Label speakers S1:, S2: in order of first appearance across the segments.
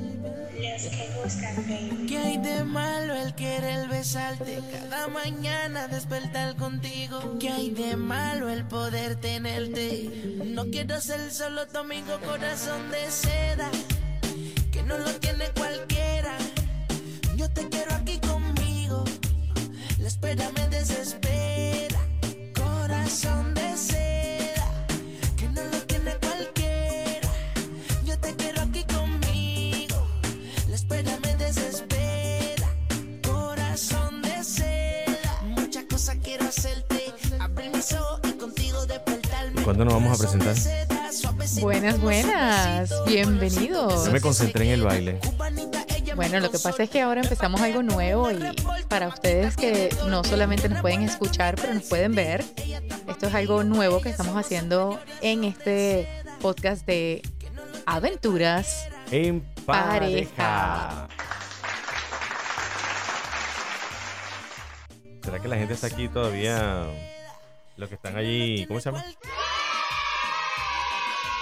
S1: los que buscan, baby.
S2: ¿Qué hay de malo el querer besarte? Cada mañana despertar contigo. ¿Qué hay de malo el poder tenerte? No quiero ser solo tu amigo, corazón de seda. Que no lo tiene cualquiera. Yo te quiero aquí conmigo. La espera me desespera. Corazón de seda. Que no lo tiene cualquiera. Yo te quiero aquí conmigo. La espera me desespera. Corazón de seda. Muchas cosas quiero hacerte. Abrir mis ojos y contigo despertarme.
S3: ¿Cuándo nos vamos a
S2: Corazón de
S3: presentar?
S2: seda, suavecito
S4: Buenas,
S2: como
S4: buenas.
S2: suavecito,
S4: Bienvenidos.
S2: colorcito,
S3: Yo me concentré en el baile.
S2: Cubanita, ella me
S4: Bueno, lo que pasa es que ahora empezamos algo nuevo y para ustedes que no solamente nos pueden escuchar, pero nos pueden ver, esto es algo nuevo que estamos haciendo en este podcast de aventuras.
S3: En pareja.
S4: Pareja.
S3: ¿Será que la gente está aquí todavía? Los que están allí, ¿cómo se llama?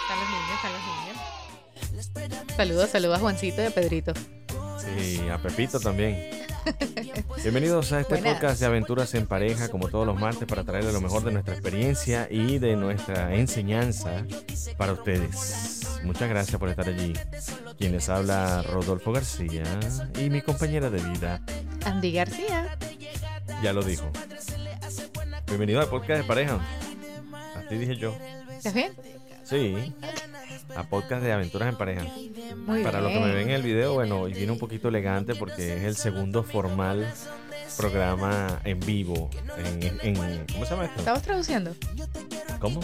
S4: Están los niños, están los niños. Saludos, saludos a Juancito y a Pedrito.
S3: Sí, a Pepito también. Bienvenidos a este
S4: Buenas.
S3: podcast de aventuras en pareja, como todos los martes, para traerle lo mejor de nuestra experiencia y de nuestra enseñanza para ustedes. Muchas gracias por estar allí. Quien les habla, Rodolfo García y mi compañera de vida,
S4: Andy García.
S3: ya lo dijo. Bienvenido al podcast de pareja. Así dije yo.
S4: ¿Estás bien?
S3: Sí, a podcast de aventuras en pareja.
S4: Muy
S3: Para los
S4: bien.
S3: que me ven en el video, bueno, hoy viene un poquito elegante porque es el segundo formal programa en vivo. En, en- ¿Cómo se llama esto?
S4: ¿Estabas traduciendo?
S3: ¿Cómo?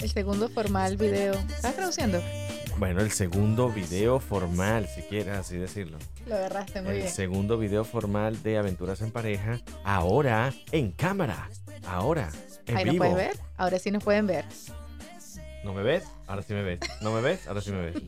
S4: El segundo formal video. ¿Estabas traduciendo?
S3: Bueno, el segundo video formal, si quieres así decirlo.
S4: Lo agarraste muy
S3: el
S4: bien.
S3: segundo video formal de Aventuras en Pareja, ahora en cámara, ahora en
S4: Ahí nos
S3: vivo.
S4: puedes ver. Ahora sí nos pueden ver.
S3: ¿No me ves? Ahora sí me ves. ¿No me ves? Ahora sí me ves.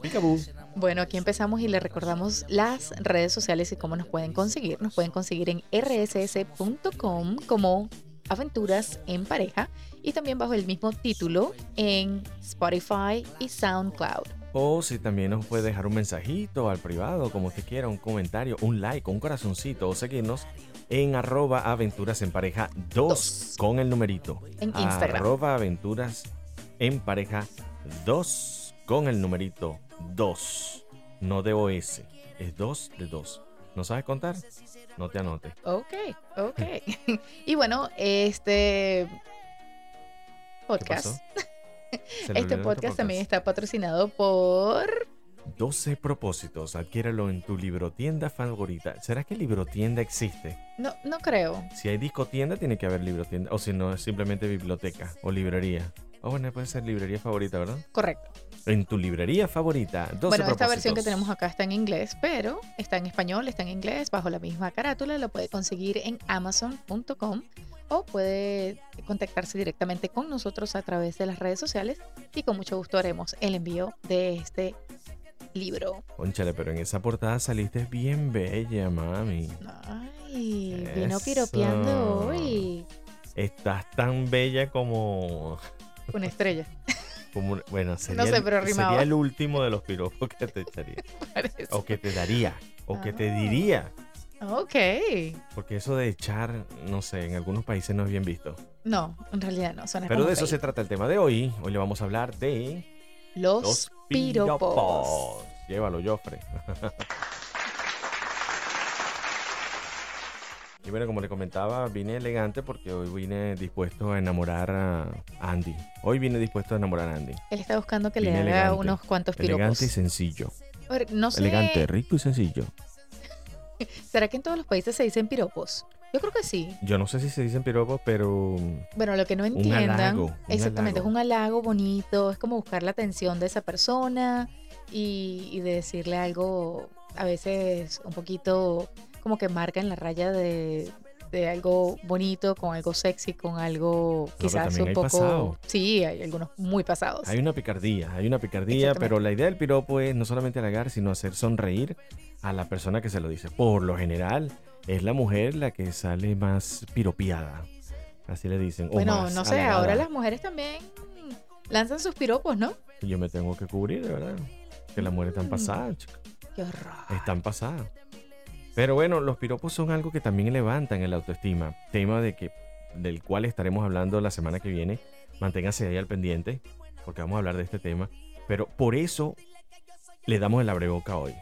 S3: Picaboo.
S4: Bueno, aquí empezamos y les recordamos las redes sociales y cómo nos pueden conseguir. Nos pueden conseguir en rss.com como Aventuras en Pareja y también bajo el mismo título en Spotify y SoundCloud.
S3: O si también nos puede dejar un mensajito al privado, como usted quiera, un comentario, un like, un corazoncito o seguirnos en arroba aventuras en pareja 2
S4: Dos.
S3: con el numerito.
S4: En Instagram.
S3: Arroba aventuras en pareja 2 con el numerito 2. No de OS, es 2 de 2. ¿No sabes contar? No te anotes.
S4: Ok, ok. y bueno, este
S3: ¿Qué pasó?
S4: podcast,
S3: Se le
S4: este
S3: olvidó nuestro
S4: podcast también está patrocinado por
S3: 12 propósitos, adquiérelo en tu librotienda favorita. ¿Será que librotienda existe?
S4: no no creo.
S3: Si hay discotienda, tiene que haber librotienda. O si no, es simplemente biblioteca o librería. O bueno, puede ser librería favorita, ¿verdad?
S4: Correcto.
S3: En tu librería favorita. 12
S4: Bueno, esta versión que
S3: propósitos.
S4: tenemos acá está en inglés, pero está en español, está en inglés, bajo la misma carátula, lo puede conseguir en amazon.com o puede contactarse directamente con nosotros a través de las redes sociales y con mucho gusto haremos el envío de este libro.
S3: Cónchale, pero en esa portada saliste bien bella, mami.
S4: Ay, vino
S3: Eso.
S4: piropeando hoy.
S3: Estás tan bella como.
S4: Una estrella,
S3: como bueno, sería,
S4: sé,
S3: el-
S4: pero
S3: sería
S4: rimaba.
S3: el último de los piropos que te echaría.
S4: parece.
S3: o que te daría. O que te
S4: Ah.
S3: diría.
S4: Ok.
S3: Porque eso de echar, no sé, en algunos países no es bien visto.
S4: No, en realidad no, suena
S3: Pero
S4: como
S3: de eso se
S4: fake.
S3: trata el tema de hoy. Hoy le vamos a hablar de
S4: Los piropos.
S3: Llévalo, Joffre. Y bueno, como le comentaba, vine elegante porque hoy vine dispuesto a enamorar a Andy. Hoy vine dispuesto a enamorar a Andy.
S4: Él está buscando que le
S3: Vine
S4: haga
S3: elegante.
S4: unos cuantos piropos.
S3: Elegante y sencillo.
S4: A ver, No sé,
S3: Elegante, rico y sencillo.
S4: ¿Será que en todos los países se dicen piropos? Yo creo que sí.
S3: Yo no sé si se dicen piropos, pero
S4: Bueno, lo que no
S3: un
S4: entiendan.
S3: halago. un
S4: exactamente,
S3: halago.
S4: es un halago bonito, es como buscar la atención de esa persona y, y de decirle algo a veces un poquito como que marca en la raya de, de algo bonito, con algo sexy, con algo
S3: pero
S4: quizás
S3: también
S4: un
S3: hay
S4: poco...
S3: pasado.
S4: Sí, hay algunos muy pasados.
S3: Hay una picardía, hay una picardía,
S4: Pues Exactamente.
S3: pero la idea del piropo es no solamente halagar, sino hacer sonreír a la persona que se lo dice. Por lo general, es la mujer la que sale más piropiada. Así le dicen. o
S4: bueno,
S3: más
S4: no sé,
S3: halagada.
S4: ahora las mujeres también lanzan sus piropos, ¿no?
S3: Yo me tengo que cubrir, de verdad. Que las mujeres
S4: Mm.
S3: están pasadas, chicas.
S4: Qué horror.
S3: Están pasadas. Pero bueno, los piropos son algo que también levantan el autoestima. Tema de que, del cual estaremos hablando la semana que viene. Manténganse ahí al pendiente, porque vamos a hablar de este tema. Pero por eso le damos el abreboca hoy.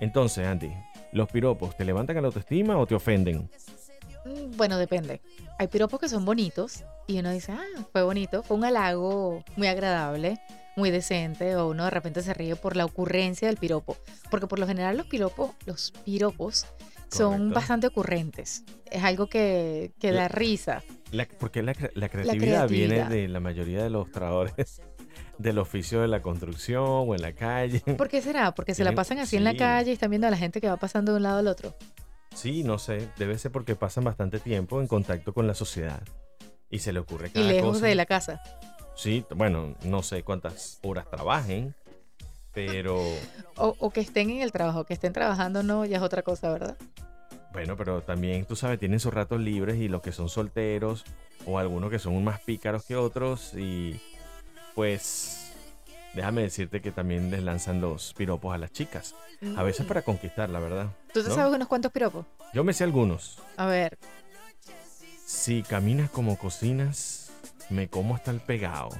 S3: Entonces, Andy, ¿los piropos te levantan el autoestima o te ofenden?
S4: Mm, Bueno, depende. Hay piropos que son bonitos y uno dice, ah, fue bonito, fue un halago muy agradable, muy decente, o uno de repente se ríe por la ocurrencia del piropo. Porque por lo general los piropos, los piropos son
S3: Correcto.
S4: bastante ocurrentes. Es algo que, que
S3: La-
S4: da risa.
S3: La- porque la, cre- la creatividad viene
S4: creatividad.
S3: de la mayoría de los trabajadores del oficio de la construcción o en la calle.
S4: ¿Por qué será? Porque se la
S3: Tienen-
S4: pasan así en la
S3: sí.
S4: calle y están viendo a la gente que va pasando de un lado al otro.
S3: Sí, no sé, debe ser porque pasan bastante tiempo en contacto con la sociedad y se le ocurre
S4: Y
S3: cada
S4: lejos
S3: cosa.
S4: de la casa.
S3: Sí, t- bueno, no sé cuántas horas trabajen, pero
S4: O, o que estén en el trabajo, que estén trabajando no, ya es otra cosa, ¿verdad?
S3: bueno, pero también tú sabes, tienen sus ratos libres y los que son solteros o algunos que son más pícaros que otros y pues déjame decirte que también les lanzan los piropos a las chicas, a veces
S4: Mm.
S3: para conquistar, la verdad.
S4: ¿Tú te
S3: ¿no?
S4: sabes unos cuantos piropos?
S3: Yo me sé algunos.
S4: A ver,
S3: Si caminas como cocinas, me como hasta el pegado.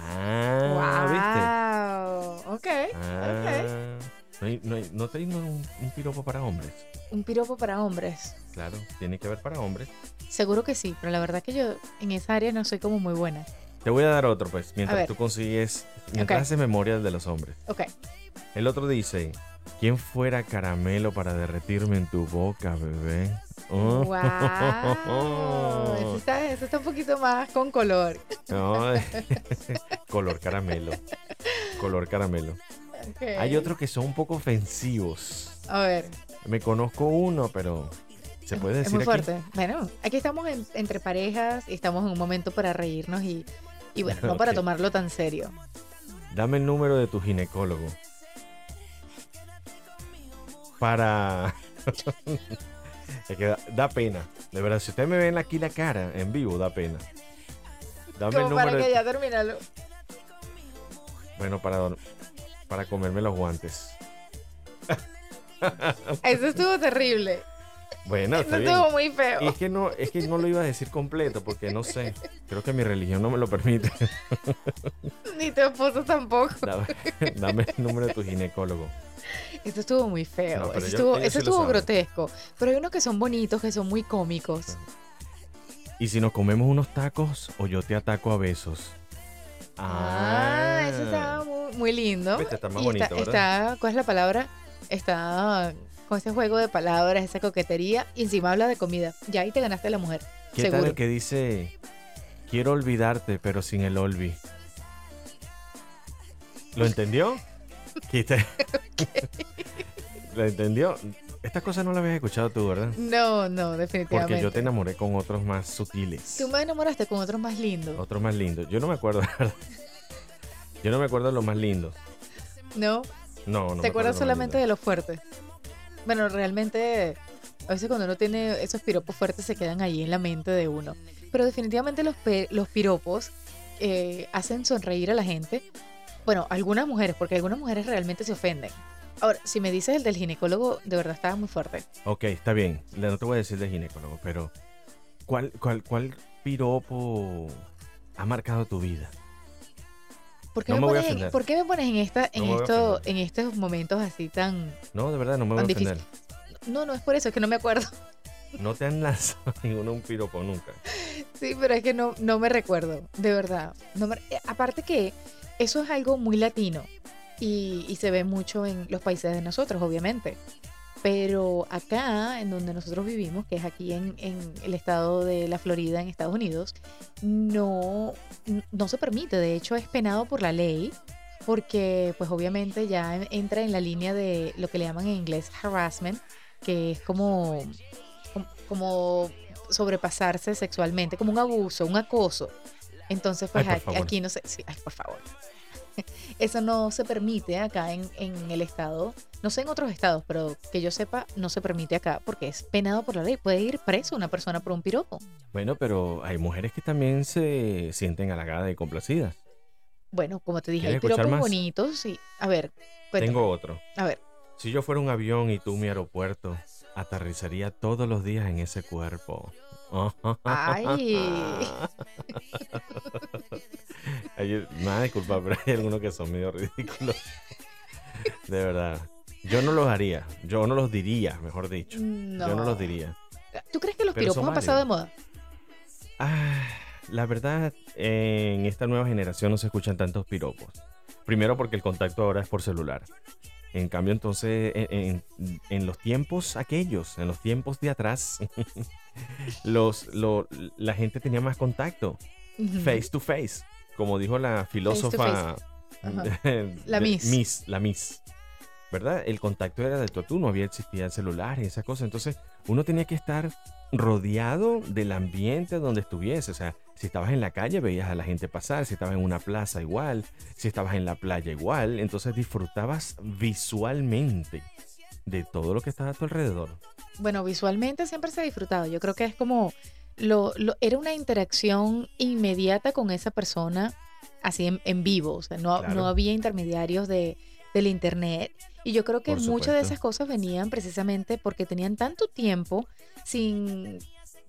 S3: Ah,
S4: wow. Ok.
S3: ¿viste? Ah, no, hay- no, hay- no te hay un, un piropo para hombres.
S4: Un piropo para hombres.
S3: Claro, tiene que haber para hombres.
S4: Seguro que sí, pero la verdad que yo en esa área no soy como muy buena.
S3: Te voy a dar otro, pues, mientras
S4: ver.
S3: tú consigues, mientras
S4: Ok.
S3: haces memoria de los hombres.
S4: Ok.
S3: El otro dice, ¿quién fuera caramelo para derretirme en tu boca, bebé? Oh,
S4: Wow. Eso está, ese está un poquito más con color.
S3: no, color caramelo, color caramelo.
S4: Ok.
S3: Hay otros que son un poco ofensivos.
S4: A ver.
S3: Me conozco uno, pero se puede
S4: Es
S3: decir
S4: muy
S3: aquí?
S4: fuerte. Bueno, aquí estamos en- entre parejas y estamos en un momento para reírnos y, y bueno, no para
S3: Ok.
S4: tomarlo tan serio.
S3: Dame el número de tu ginecólogo. Para Es que da, da pena. De verdad, si ustedes me ven aquí la cara en vivo, da pena. Dame el
S4: Como para
S3: número. de-
S4: que ya terminalo.
S3: Bueno, para dor- para comerme los guantes.
S4: Eso estuvo terrible.
S3: Bueno,
S4: Eso
S3: está bien.
S4: estuvo muy
S3: Y
S4: feo.
S3: es que no, es que no lo iba a decir completo porque no sé. Creo que mi religión no me lo permite.
S4: Ni tu esposo tampoco.
S3: Dame, dame el número de tu ginecólogo.
S4: Eso estuvo muy feo.
S3: No, pero
S4: eso
S3: yo-
S4: estuvo,
S3: ellos
S4: eso
S3: sí lo
S4: estuvo
S3: saben.
S4: grotesco. Pero hay unos que son bonitos, que son muy cómicos.
S3: ¿Y si nos comemos unos tacos o yo te ataco a besos?
S4: Ah, eso estaba muy, muy lindo.
S3: Viste, Este está más
S4: Y
S3: bonito,
S4: está,
S3: ¿verdad?
S4: está- ¿cuál es la palabra? Está con ese juego de palabras, esa coquetería. Y encima habla de comida. Ya ahí te ganaste a la mujer.
S3: ¿Qué
S4: seguro.
S3: tal el que dice, quiero olvidarte, pero sin el olvi? ¿Lo entendió? Quita- ¿Lo entendió? Estas cosas no las habías escuchado tú, ¿verdad?
S4: No, no, definitivamente.
S3: Porque yo te enamoré con otros más sutiles.
S4: Tú me enamoraste con otros más lindos,
S3: Otros más lindos. Yo no me acuerdo, la ¿verdad? Yo no me acuerdo de los más lindos.
S4: ¿no?
S3: No, no. me
S4: ¿Te acuerdas
S3: acuerdo de los más
S4: solamente de los fuertes? Bueno, realmente a veces cuando uno tiene esos piropos fuertes se quedan ahí en la mente de uno. Pero definitivamente los, pe- los piropos eh, hacen sonreír a la gente. Bueno, algunas mujeres, porque algunas mujeres realmente se ofenden. Ahora, si me dices el del ginecólogo, de verdad estaba muy fuerte.
S3: Ok, está bien. Le- No te voy a decir de ginecólogo, pero ¿cuál, cuál, cuál piropo ha marcado tu vida?
S4: ¿Por qué,
S3: No
S4: me,
S3: me voy a
S4: pones en,
S3: ofender.
S4: por qué me pones en esta,
S3: No
S4: en
S3: me voy a
S4: esto,
S3: ofender.
S4: en estos momentos así tan,
S3: No, de verdad, no me voy
S4: tan
S3: a
S4: difícil?
S3: ofender.
S4: No, no es por eso, es que no me acuerdo.
S3: No te han lanzado ninguno un piropo nunca.
S4: Sí, pero es que no, no me recuerdo, de verdad. No me- eh, aparte que eso es algo muy latino y, y se ve mucho en los países de nosotros, obviamente. Pero acá, en donde nosotros vivimos, que es aquí en, en el estado de la Florida, en Estados Unidos, no, no se permite. De hecho, es penado por la ley porque, pues obviamente, ya en- entra en la línea de lo que le llaman en inglés harassment, que es como, como- como sobrepasarse sexualmente, como un abuso, un acoso. Entonces, pues
S3: Ay, por
S4: aquí-
S3: favor.
S4: aquí no sé, sí, ay, por favor. Eso no se permite acá en, en el estado, no sé en otros estados, pero que yo sepa, no se permite acá porque es penado por la ley. Puede ir preso una persona por un piropo.
S3: Bueno, pero hay mujeres que también se sienten halagadas y complacidas.
S4: Bueno, como te dije, hay
S3: ¿Quieres escuchar
S4: piropos
S3: más?
S4: bonitos y. A ver, cuéntame.
S3: Tengo otro.
S4: A ver,
S3: Si yo fuera un avión y tú mi aeropuerto, aterrizaría todos los días en ese cuerpo. Oh.
S4: Ay.
S3: Ah. Ay, nada, disculpa, pero hay algunos que son medio ridículos. De verdad. Yo no los haría. Yo no los diría, mejor dicho.
S4: no.
S3: Yo no los diría.
S4: ¿Tú crees que los
S3: Pero son
S4: piropos han pasado de
S3: válidos.
S4: moda?
S3: Ah, la verdad, en esta nueva generación no se escuchan tantos piropos. Primero porque el contacto ahora es por celular. En cambio, entonces, en, en- en los tiempos aquellos, en los tiempos de atrás, los, lo- la gente tenía más contacto,
S4: Ujú.
S3: face to face, como dijo la filósofa
S4: Ajá.
S3: de-
S4: La
S3: de-
S4: Miss.
S3: la Miss. ¿Verdad? El contacto era de tú a tú, no había existía el celular y esa cosa. Entonces, uno tenía que estar rodeado del ambiente donde estuviese. O sea, si estabas en la calle, veías a la gente pasar. Si estabas en una plaza, igual. Si estabas en la playa, igual. Entonces, disfrutabas visualmente de todo lo que estaba a tu alrededor.
S4: Bueno, visualmente siempre se ha disfrutado. Yo creo que es como. Lo, lo- era una interacción inmediata con esa persona, así en, en vivo. O sea, no,
S3: Claro.
S4: no había intermediarios de, del internet. Y yo creo que
S3: Por
S4: muchas de
S3: supuesto.
S4: esas cosas venían precisamente porque tenían tanto tiempo sin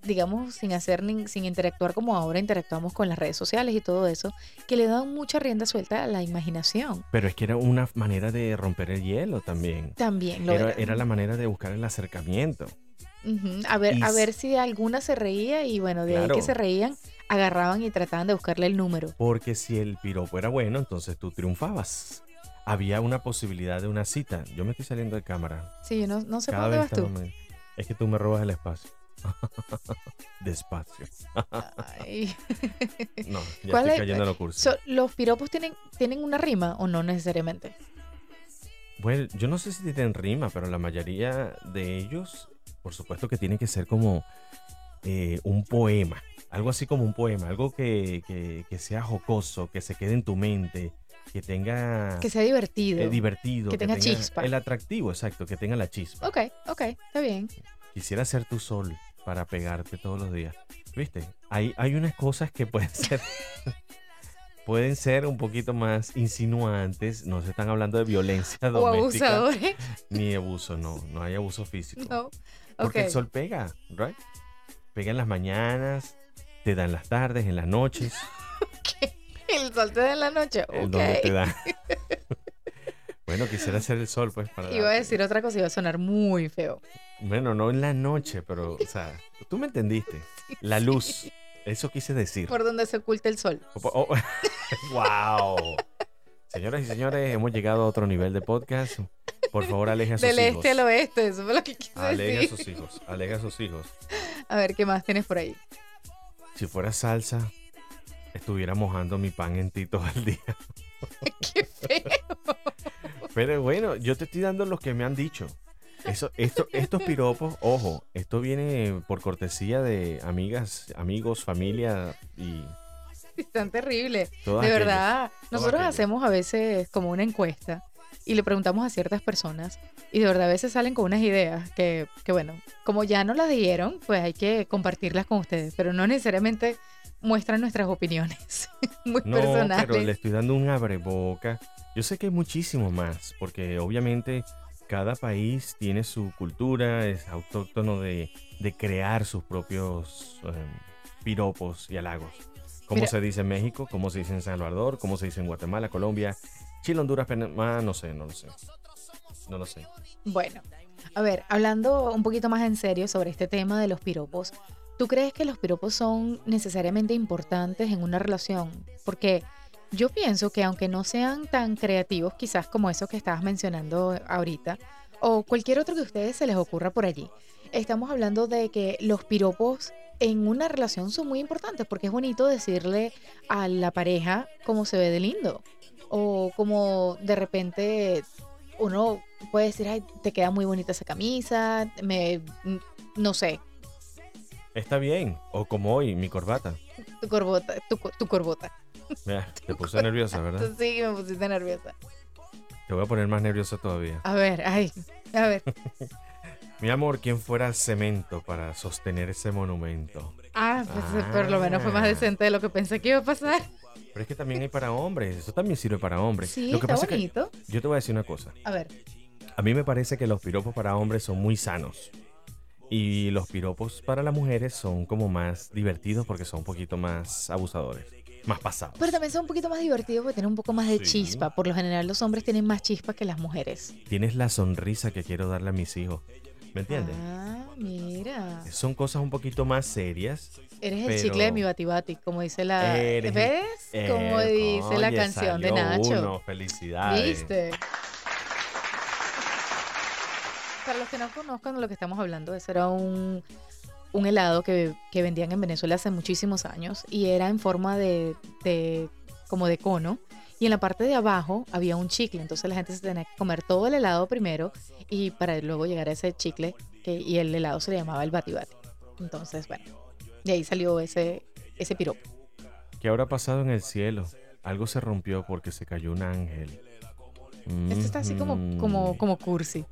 S4: digamos, sin hacer nin- sin interactuar como ahora interactuamos con las redes sociales y todo eso, que le dan mucha rienda suelta a la imaginación.
S3: Pero es que era una manera de romper el hielo también.
S4: También lo
S3: Era,
S4: era.
S3: era la manera de buscar el acercamiento.
S4: Ujú, A ver,
S3: Y
S4: a
S3: s-
S4: ver si alguna se reía y bueno, de ahí
S3: Claro.
S4: que se reían, agarraban y trataban de buscarle el número.
S3: Porque si el piropo era bueno, entonces tú triunfabas. Había una posibilidad de una cita. Yo me estoy saliendo de cámara.
S4: Sí, yo no, no sé por
S3: Cada
S4: dónde
S3: vez
S4: vas tú.
S3: estamos en- Es que tú me robas el espacio. Despacio.
S4: Ay.
S3: No, ya
S4: ¿Cuál
S3: estoy
S4: es-
S3: cayendo en lo cursi.
S4: So, ¿Los piropos tienen, tienen una rima o no necesariamente?
S3: Bueno, yo no sé si tienen rima, pero la mayoría de ellos, por supuesto que tiene que ser como eh, un poema. Algo así como un poema, algo que, que- que sea jocoso, que se quede en tu mente, que tenga...
S4: Que sea divertido.
S3: eh, divertido.
S4: Que tenga chispa.
S3: El atractivo, exacto, que tenga la chispa.
S4: ok, ok, está bien.
S3: Quisiera ser tu sol para pegarte todos los días. ¿Viste? Hay, hay unas cosas que pueden ser. pueden ser un poquito más insinuantes. No se están hablando de violencia
S4: O
S3: doméstica.
S4: abusadores.
S3: Ni abuso, no. No hay abuso físico.
S4: No.
S3: Porque
S4: Ok.
S3: el sol pega, ¿right? Pega en las mañanas, te dan las tardes, en las noches.
S4: El sol te da en la noche.
S3: en
S4: Ok.
S3: donde te da. bueno, quisiera ser el sol, pues, para.
S4: Iba a
S3: darte-
S4: decir otra cosa, iba a sonar muy feo.
S3: Bueno, no en la noche, pero, o sea, tú me entendiste. La luz. Eso quise decir.
S4: Por donde se oculta el sol.
S3: ¡Wow! Señoras y señores, hemos llegado a otro nivel de podcast. Por favor, aleje a sus
S4: Del
S3: hijos.
S4: este al oeste, eso fue lo que quise
S3: Aleje a
S4: decir.
S3: sus hijos. Aleje a sus hijos.
S4: A ver, ¿qué más tienes por ahí?
S3: Si fuera salsa, estuviera mojando mi pan en ti todo el día.
S4: Qué feo.
S3: Pero bueno, yo te estoy dando los que me han dicho. Eso, esto, estos piropos, ojo, esto viene por cortesía de amigas, amigos, familia y
S4: Tan terrible.
S3: todas
S4: De
S3: aquellas.
S4: verdad, nosotros
S3: aquellos.
S4: hacemos a veces como una encuesta y le preguntamos a ciertas personas y de verdad a veces salen con unas ideas que, que bueno, como ya no las dieron, pues hay que compartirlas con ustedes, pero no necesariamente muestran nuestras opiniones muy
S3: No,
S4: personales.
S3: pero le estoy dando un abreboca. Yo sé que hay muchísimo más, porque obviamente cada país tiene su cultura, es autóctono de, de crear sus propios em, piropos y halagos. ¿Cómo
S4: Mira-
S3: se dice en México? ¿Cómo se dice en Salvador? ¿Cómo se dice en Guatemala, Colombia? Chile, Honduras, Panamá, no sé, no lo sé. No lo sé.
S4: Bueno, a ver, hablando un poquito más en serio sobre este tema de los piropos, ¿tú crees que los piropos son necesariamente importantes en una relación? Porque yo pienso que aunque no sean tan creativos quizás como esos que estabas mencionando ahorita, o cualquier otro que a ustedes se les ocurra por allí, estamos hablando de que los piropos en una relación son muy importantes porque es bonito decirle a la pareja cómo se ve de lindo o como de repente uno puede decir, ay, te queda muy bonita esa camisa, me, mm, no sé,
S3: Está bien. O como hoy, mi corbata.
S4: tu corbota, tu, co- tu corbota.
S3: Ah. Mira, te puse nerviosa, ¿verdad?
S4: Sí, me pusiste nerviosa.
S3: Te voy a poner más nerviosa todavía.
S4: A ver, ay, a ver.
S3: Mi amor, ¿quién fuera cemento para sostener ese monumento?
S4: eh,
S3: Ah.
S4: Ah, pues por lo menos fue más decente de lo que pensé que iba a pasar.
S3: Pero es que también hay para hombres, eso también sirve para hombres.
S4: Sí,
S3: Lo que
S4: está
S3: pasa es que
S4: bonito.
S3: yo te voy a decir una cosa.
S4: A ver,
S3: A mí me parece que los piropos para hombres son muy sanos. Y los piropos para las mujeres son como más divertidos porque son un poquito más abusadores, más pasados.
S4: pero también son un poquito más divertidos porque tienen un poco más de
S3: Sí.
S4: chispa. Por lo general los hombres tienen más chispa que las mujeres.
S3: Tienes la sonrisa que quiero darle a mis hijos. ¿Me entiendes?
S4: Ah, mira.
S3: Son cosas un poquito más serias.
S4: Eres el
S3: pero-
S4: chicle de mi batibati, como dice la...
S3: Eres el-
S4: ¿Ves? como
S3: Eh,
S4: dice la
S3: oye,
S4: canción de
S3: salió
S4: Nacho.
S3: uno, felicidades.
S4: ¿Viste? Para los que no conozcan lo que estamos hablando, ese era un, un helado que, que vendían en Venezuela hace muchísimos años y era en forma de, de- como de cono. Y en la parte de abajo había un chicle, entonces la gente se tenía que comer todo el helado primero y para luego llegar a ese chicle que, y el helado se le llamaba el batibati. Entonces, bueno, de ahí salió ese, ese piropo.
S3: ¿Qué habrá pasado en el cielo? Algo se rompió porque se cayó un ángel.
S4: Esto Este está así como, como,
S3: Ujú.
S4: como cursi.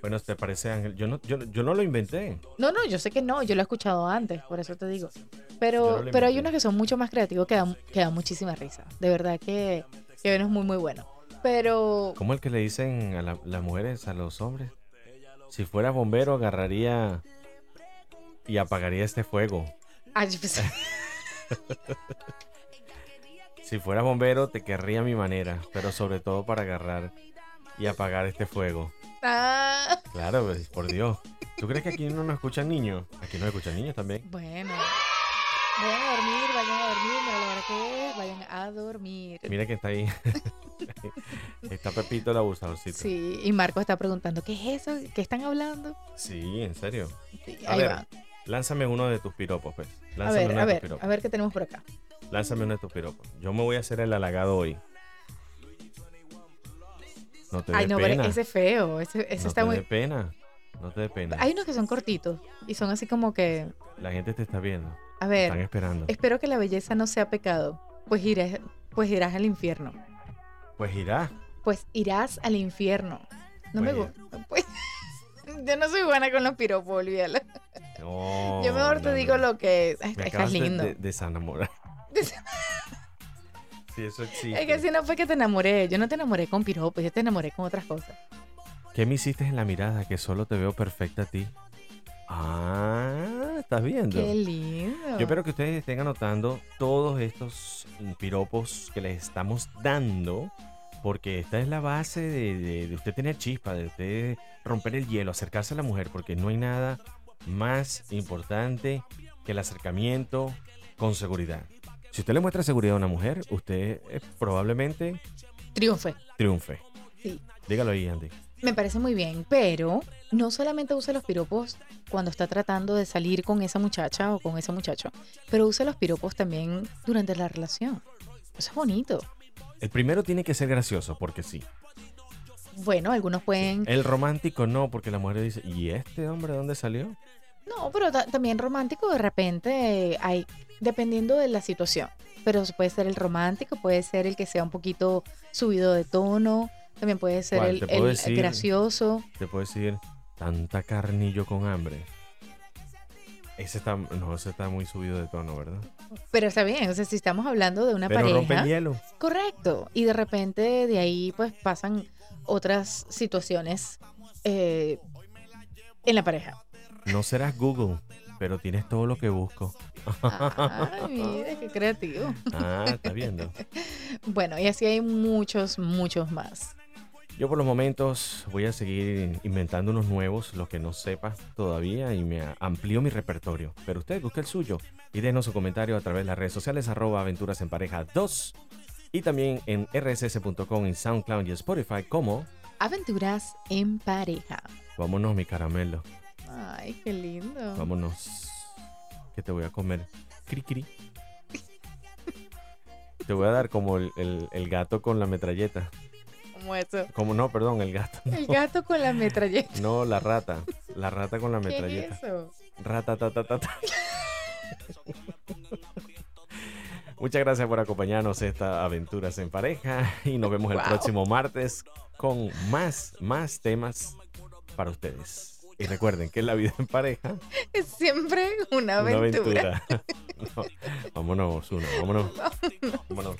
S3: Bueno, ¿te parece ángel? Yo no, yo, no- yo no lo inventé.
S4: No, no, yo sé que no, yo lo he escuchado antes, por eso te digo. Pero,
S3: Yo no lo
S4: pero hay
S3: inventé.
S4: unos que son mucho más creativos que dan, que dan muchísima risa. De verdad que, que uno es muy, muy bueno. Pero
S3: ¿Cómo el que le dicen a la- las mujeres, a los hombres? Si fuera bombero, agarraría y apagaría este fuego.
S4: Ay, pues,
S3: Si fuera bombero, te querría a mi manera, pero sobre todo para agarrar y apagar este fuego.
S4: ah,
S3: Claro, pues, por Dios. ¿Tú crees que aquí no nos escuchan niños? Aquí nos escuchan niños también.
S4: bueno. Vayan a dormir, vayan a dormir, mira la hora que es, vayan a dormir.
S3: Mira que está ahí. está Pepito el abusadorcito. Sí,
S4: Sí, y Marco está preguntando, ¿qué es eso? ¿Qué están hablando?
S3: en serio.
S4: Sí,
S3: A
S4: ahí
S3: ver,
S4: va.
S3: Lánzame uno de tus piropos, pues.
S4: A
S3: Lánzame
S4: ver,
S3: uno de
S4: a
S3: tus
S4: ver,
S3: piropos.
S4: a ver qué tenemos por acá.
S3: Lánzame uno de tus piropos. Yo me voy a hacer el halagado hoy. No te
S4: Ay,
S3: dé
S4: no, pero
S3: pena.
S4: ese es feo, ese, ese
S3: no
S4: está
S3: te
S4: muy...
S3: dé pena. No te dé pena.
S4: Hay unos que son cortitos y son así como que...
S3: La gente te está viendo.
S4: A
S3: Te
S4: ver,
S3: Están esperando.
S4: Espero que la belleza no sea pecado, pues irás, pues irás al infierno.
S3: Pues irá.
S4: Pues irás al infierno. No me
S3: Pues
S4: gusta. Pues, yo no soy buena con los piropos, olvídalo.
S3: No,
S4: yo mejor te
S3: no,
S4: digo
S3: no.
S4: lo que es. Ay,
S3: Me
S4: estás
S3: acabas de-
S4: lindo.
S3: De, desenamorar.
S4: Desa-
S3: sí, eso existe.
S4: Es que si no fue que te enamoré. Yo no te enamoré con piropos, yo te enamoré con otras cosas.
S3: ¿Qué me hiciste en la mirada que solo te veo perfecta a ti? Ah, estás viendo.
S4: Qué lindo.
S3: Yo espero que ustedes estén anotando todos estos piropos que les estamos dando, porque esta es la base de, de- de usted tener chispa, de usted romper el hielo, acercarse a la mujer, porque no hay nada más importante que el acercamiento con seguridad. Si usted le muestra seguridad a una mujer, usted eh, probablemente
S4: Triunfe.
S3: triunfe.
S4: Sí.
S3: Dígalo ahí, Andy.
S4: Me parece muy bien, pero no solamente usa los piropos cuando está tratando de salir con esa muchacha o con ese muchacho, pero usa los piropos también durante la relación. Eso es bonito.
S3: El primero tiene que ser gracioso, porque sí.
S4: Bueno, algunos pueden...
S3: El romántico no, porque la mujer dice, ¿y este hombre dónde salió?
S4: No, pero ta- también romántico de repente eh, hay, dependiendo de la situación. Pero puede ser el romántico, puede ser el que sea un poquito subido de tono, también puede ser
S3: ¿Cuál?
S4: el,
S3: Te puedo
S4: el
S3: decir-
S4: gracioso.
S3: te puedo decir, tanta carnillo con hambre. Ese está, no, ese está muy subido de tono, ¿verdad?
S4: Pero está bien, o sea, si estamos hablando de una
S3: Pero
S4: pareja...
S3: rompe el hielo.
S4: Correcto. Y de repente de ahí pues pasan otras situaciones eh, en la pareja.
S3: No serás Google, pero tienes todo lo que busco.
S4: Ay, mira, qué creativo.
S3: Ah, estás viendo.
S4: Bueno, y así hay muchos, muchos más.
S3: Yo por los momentos voy a seguir inventando unos nuevos, los que no sepa todavía, y me a- amplío mi repertorio. Pero usted busca el suyo y denos su comentario a través de las redes sociales, arroba aventuras en pareja 2 y también en rss.com, en SoundCloud y Spotify como
S4: Aventuras en pareja.
S3: Vámonos mi caramelo.
S4: Ay, qué lindo.
S3: Vámonos. Que te voy a comer. Cri cri. Te voy a dar como el, el- el gato con la metralleta.
S4: Como eso.
S3: Como no, perdón, el gato.
S4: El gato con la metralleta.
S3: No, la rata. La rata con la
S4: ¿Qué
S3: metralleta.
S4: es eso?
S3: Rata, ta, ta, ta, ta. Muchas gracias por acompañarnos a esta aventuras en pareja y nos vemos el
S4: Wow.
S3: próximo martes con más, más temas para ustedes. Y recuerden que la vida en pareja
S4: Es siempre
S3: una
S4: una aventura.
S3: aventura. No, Vámonos, uno, vámonos. vámonos.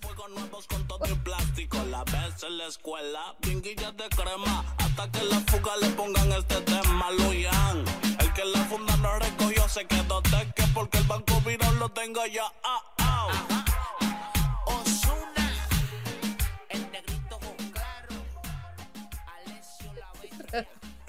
S5: fuego nuevos con todo y plástico. La ves en la escuela, bien guilla de crema. Hasta que la fuga le pongan este tema, Luyan. El que la funda no recogió se quedó de que porque el banco virón lo tengo ya. Ah, ah.
S2: Osuna, el negrito con claro, Alessio la bestia.